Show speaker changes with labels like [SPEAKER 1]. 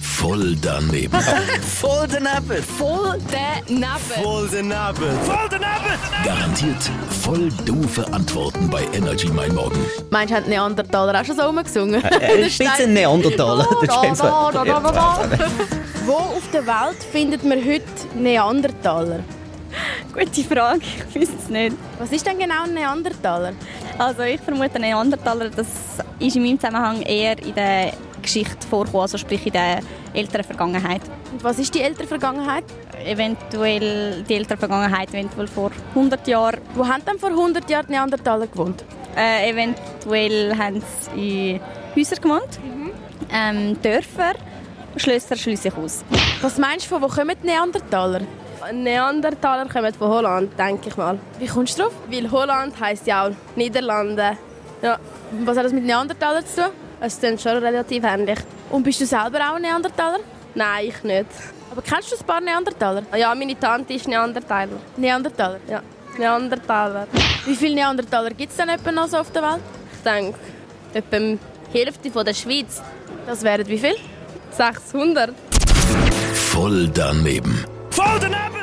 [SPEAKER 1] Voll daneben.
[SPEAKER 2] Voll daneben.
[SPEAKER 3] Voll daneben.
[SPEAKER 2] Voll daneben.
[SPEAKER 1] Garantiert voll doofe Antworten bei Energy Mein Morgen.
[SPEAKER 3] Meinst du, hat Neandertaler auch schon so rumgesungen?
[SPEAKER 2] Äh, Er ist ein bisschen Neandertaler, der James
[SPEAKER 3] Da, da, da, da, da, da.
[SPEAKER 4] Wo auf der Welt findet man heute Neandertaler?
[SPEAKER 5] Gute Frage, ich weiß es nicht.
[SPEAKER 4] Was ist denn genau ein Neandertaler?
[SPEAKER 5] Also ich vermute Neandertaler, das ist in meinem Zusammenhang eher in der Geschichte vorgekommen, also sprich in der älteren Vergangenheit.
[SPEAKER 4] Und was ist die ältere Vergangenheit?
[SPEAKER 5] Eventuell die ältere Vergangenheit, eventuell vor 100 Jahren.
[SPEAKER 4] Wo haben denn vor 100 Jahren die Neandertaler gewohnt?
[SPEAKER 5] Äh, eventuell haben sie in Häuser gewohnt, ähm, Dörfer, Schlösser, schließe ich aus.
[SPEAKER 4] Was meinst du, von wo kommen die Neandertaler?
[SPEAKER 6] Neandertaler kommen von Holland, denke ich mal.
[SPEAKER 4] Wie kommst du drauf?
[SPEAKER 6] Weil Holland heisst ja auch Niederlande. Ja,
[SPEAKER 4] Was hat das mit Neandertaler zu tun?
[SPEAKER 6] es klingt schon relativ ähnlich.
[SPEAKER 4] Und bist du selber auch ein Neandertaler?
[SPEAKER 6] Nein, ich nicht.
[SPEAKER 4] Aber kennst du ein paar Neandertaler?
[SPEAKER 6] Ja, meine Tante ist Neandertaler.
[SPEAKER 4] Neandertaler?
[SPEAKER 6] Ja, Neandertaler.
[SPEAKER 4] Wie viele Neandertaler gibt es denn etwa noch so auf der Welt?
[SPEAKER 6] Ich denke, etwa die Hälfte von der Schweiz.
[SPEAKER 4] Das wären wie viele?
[SPEAKER 6] 600.
[SPEAKER 1] Voll daneben.
[SPEAKER 7] Voll daneben!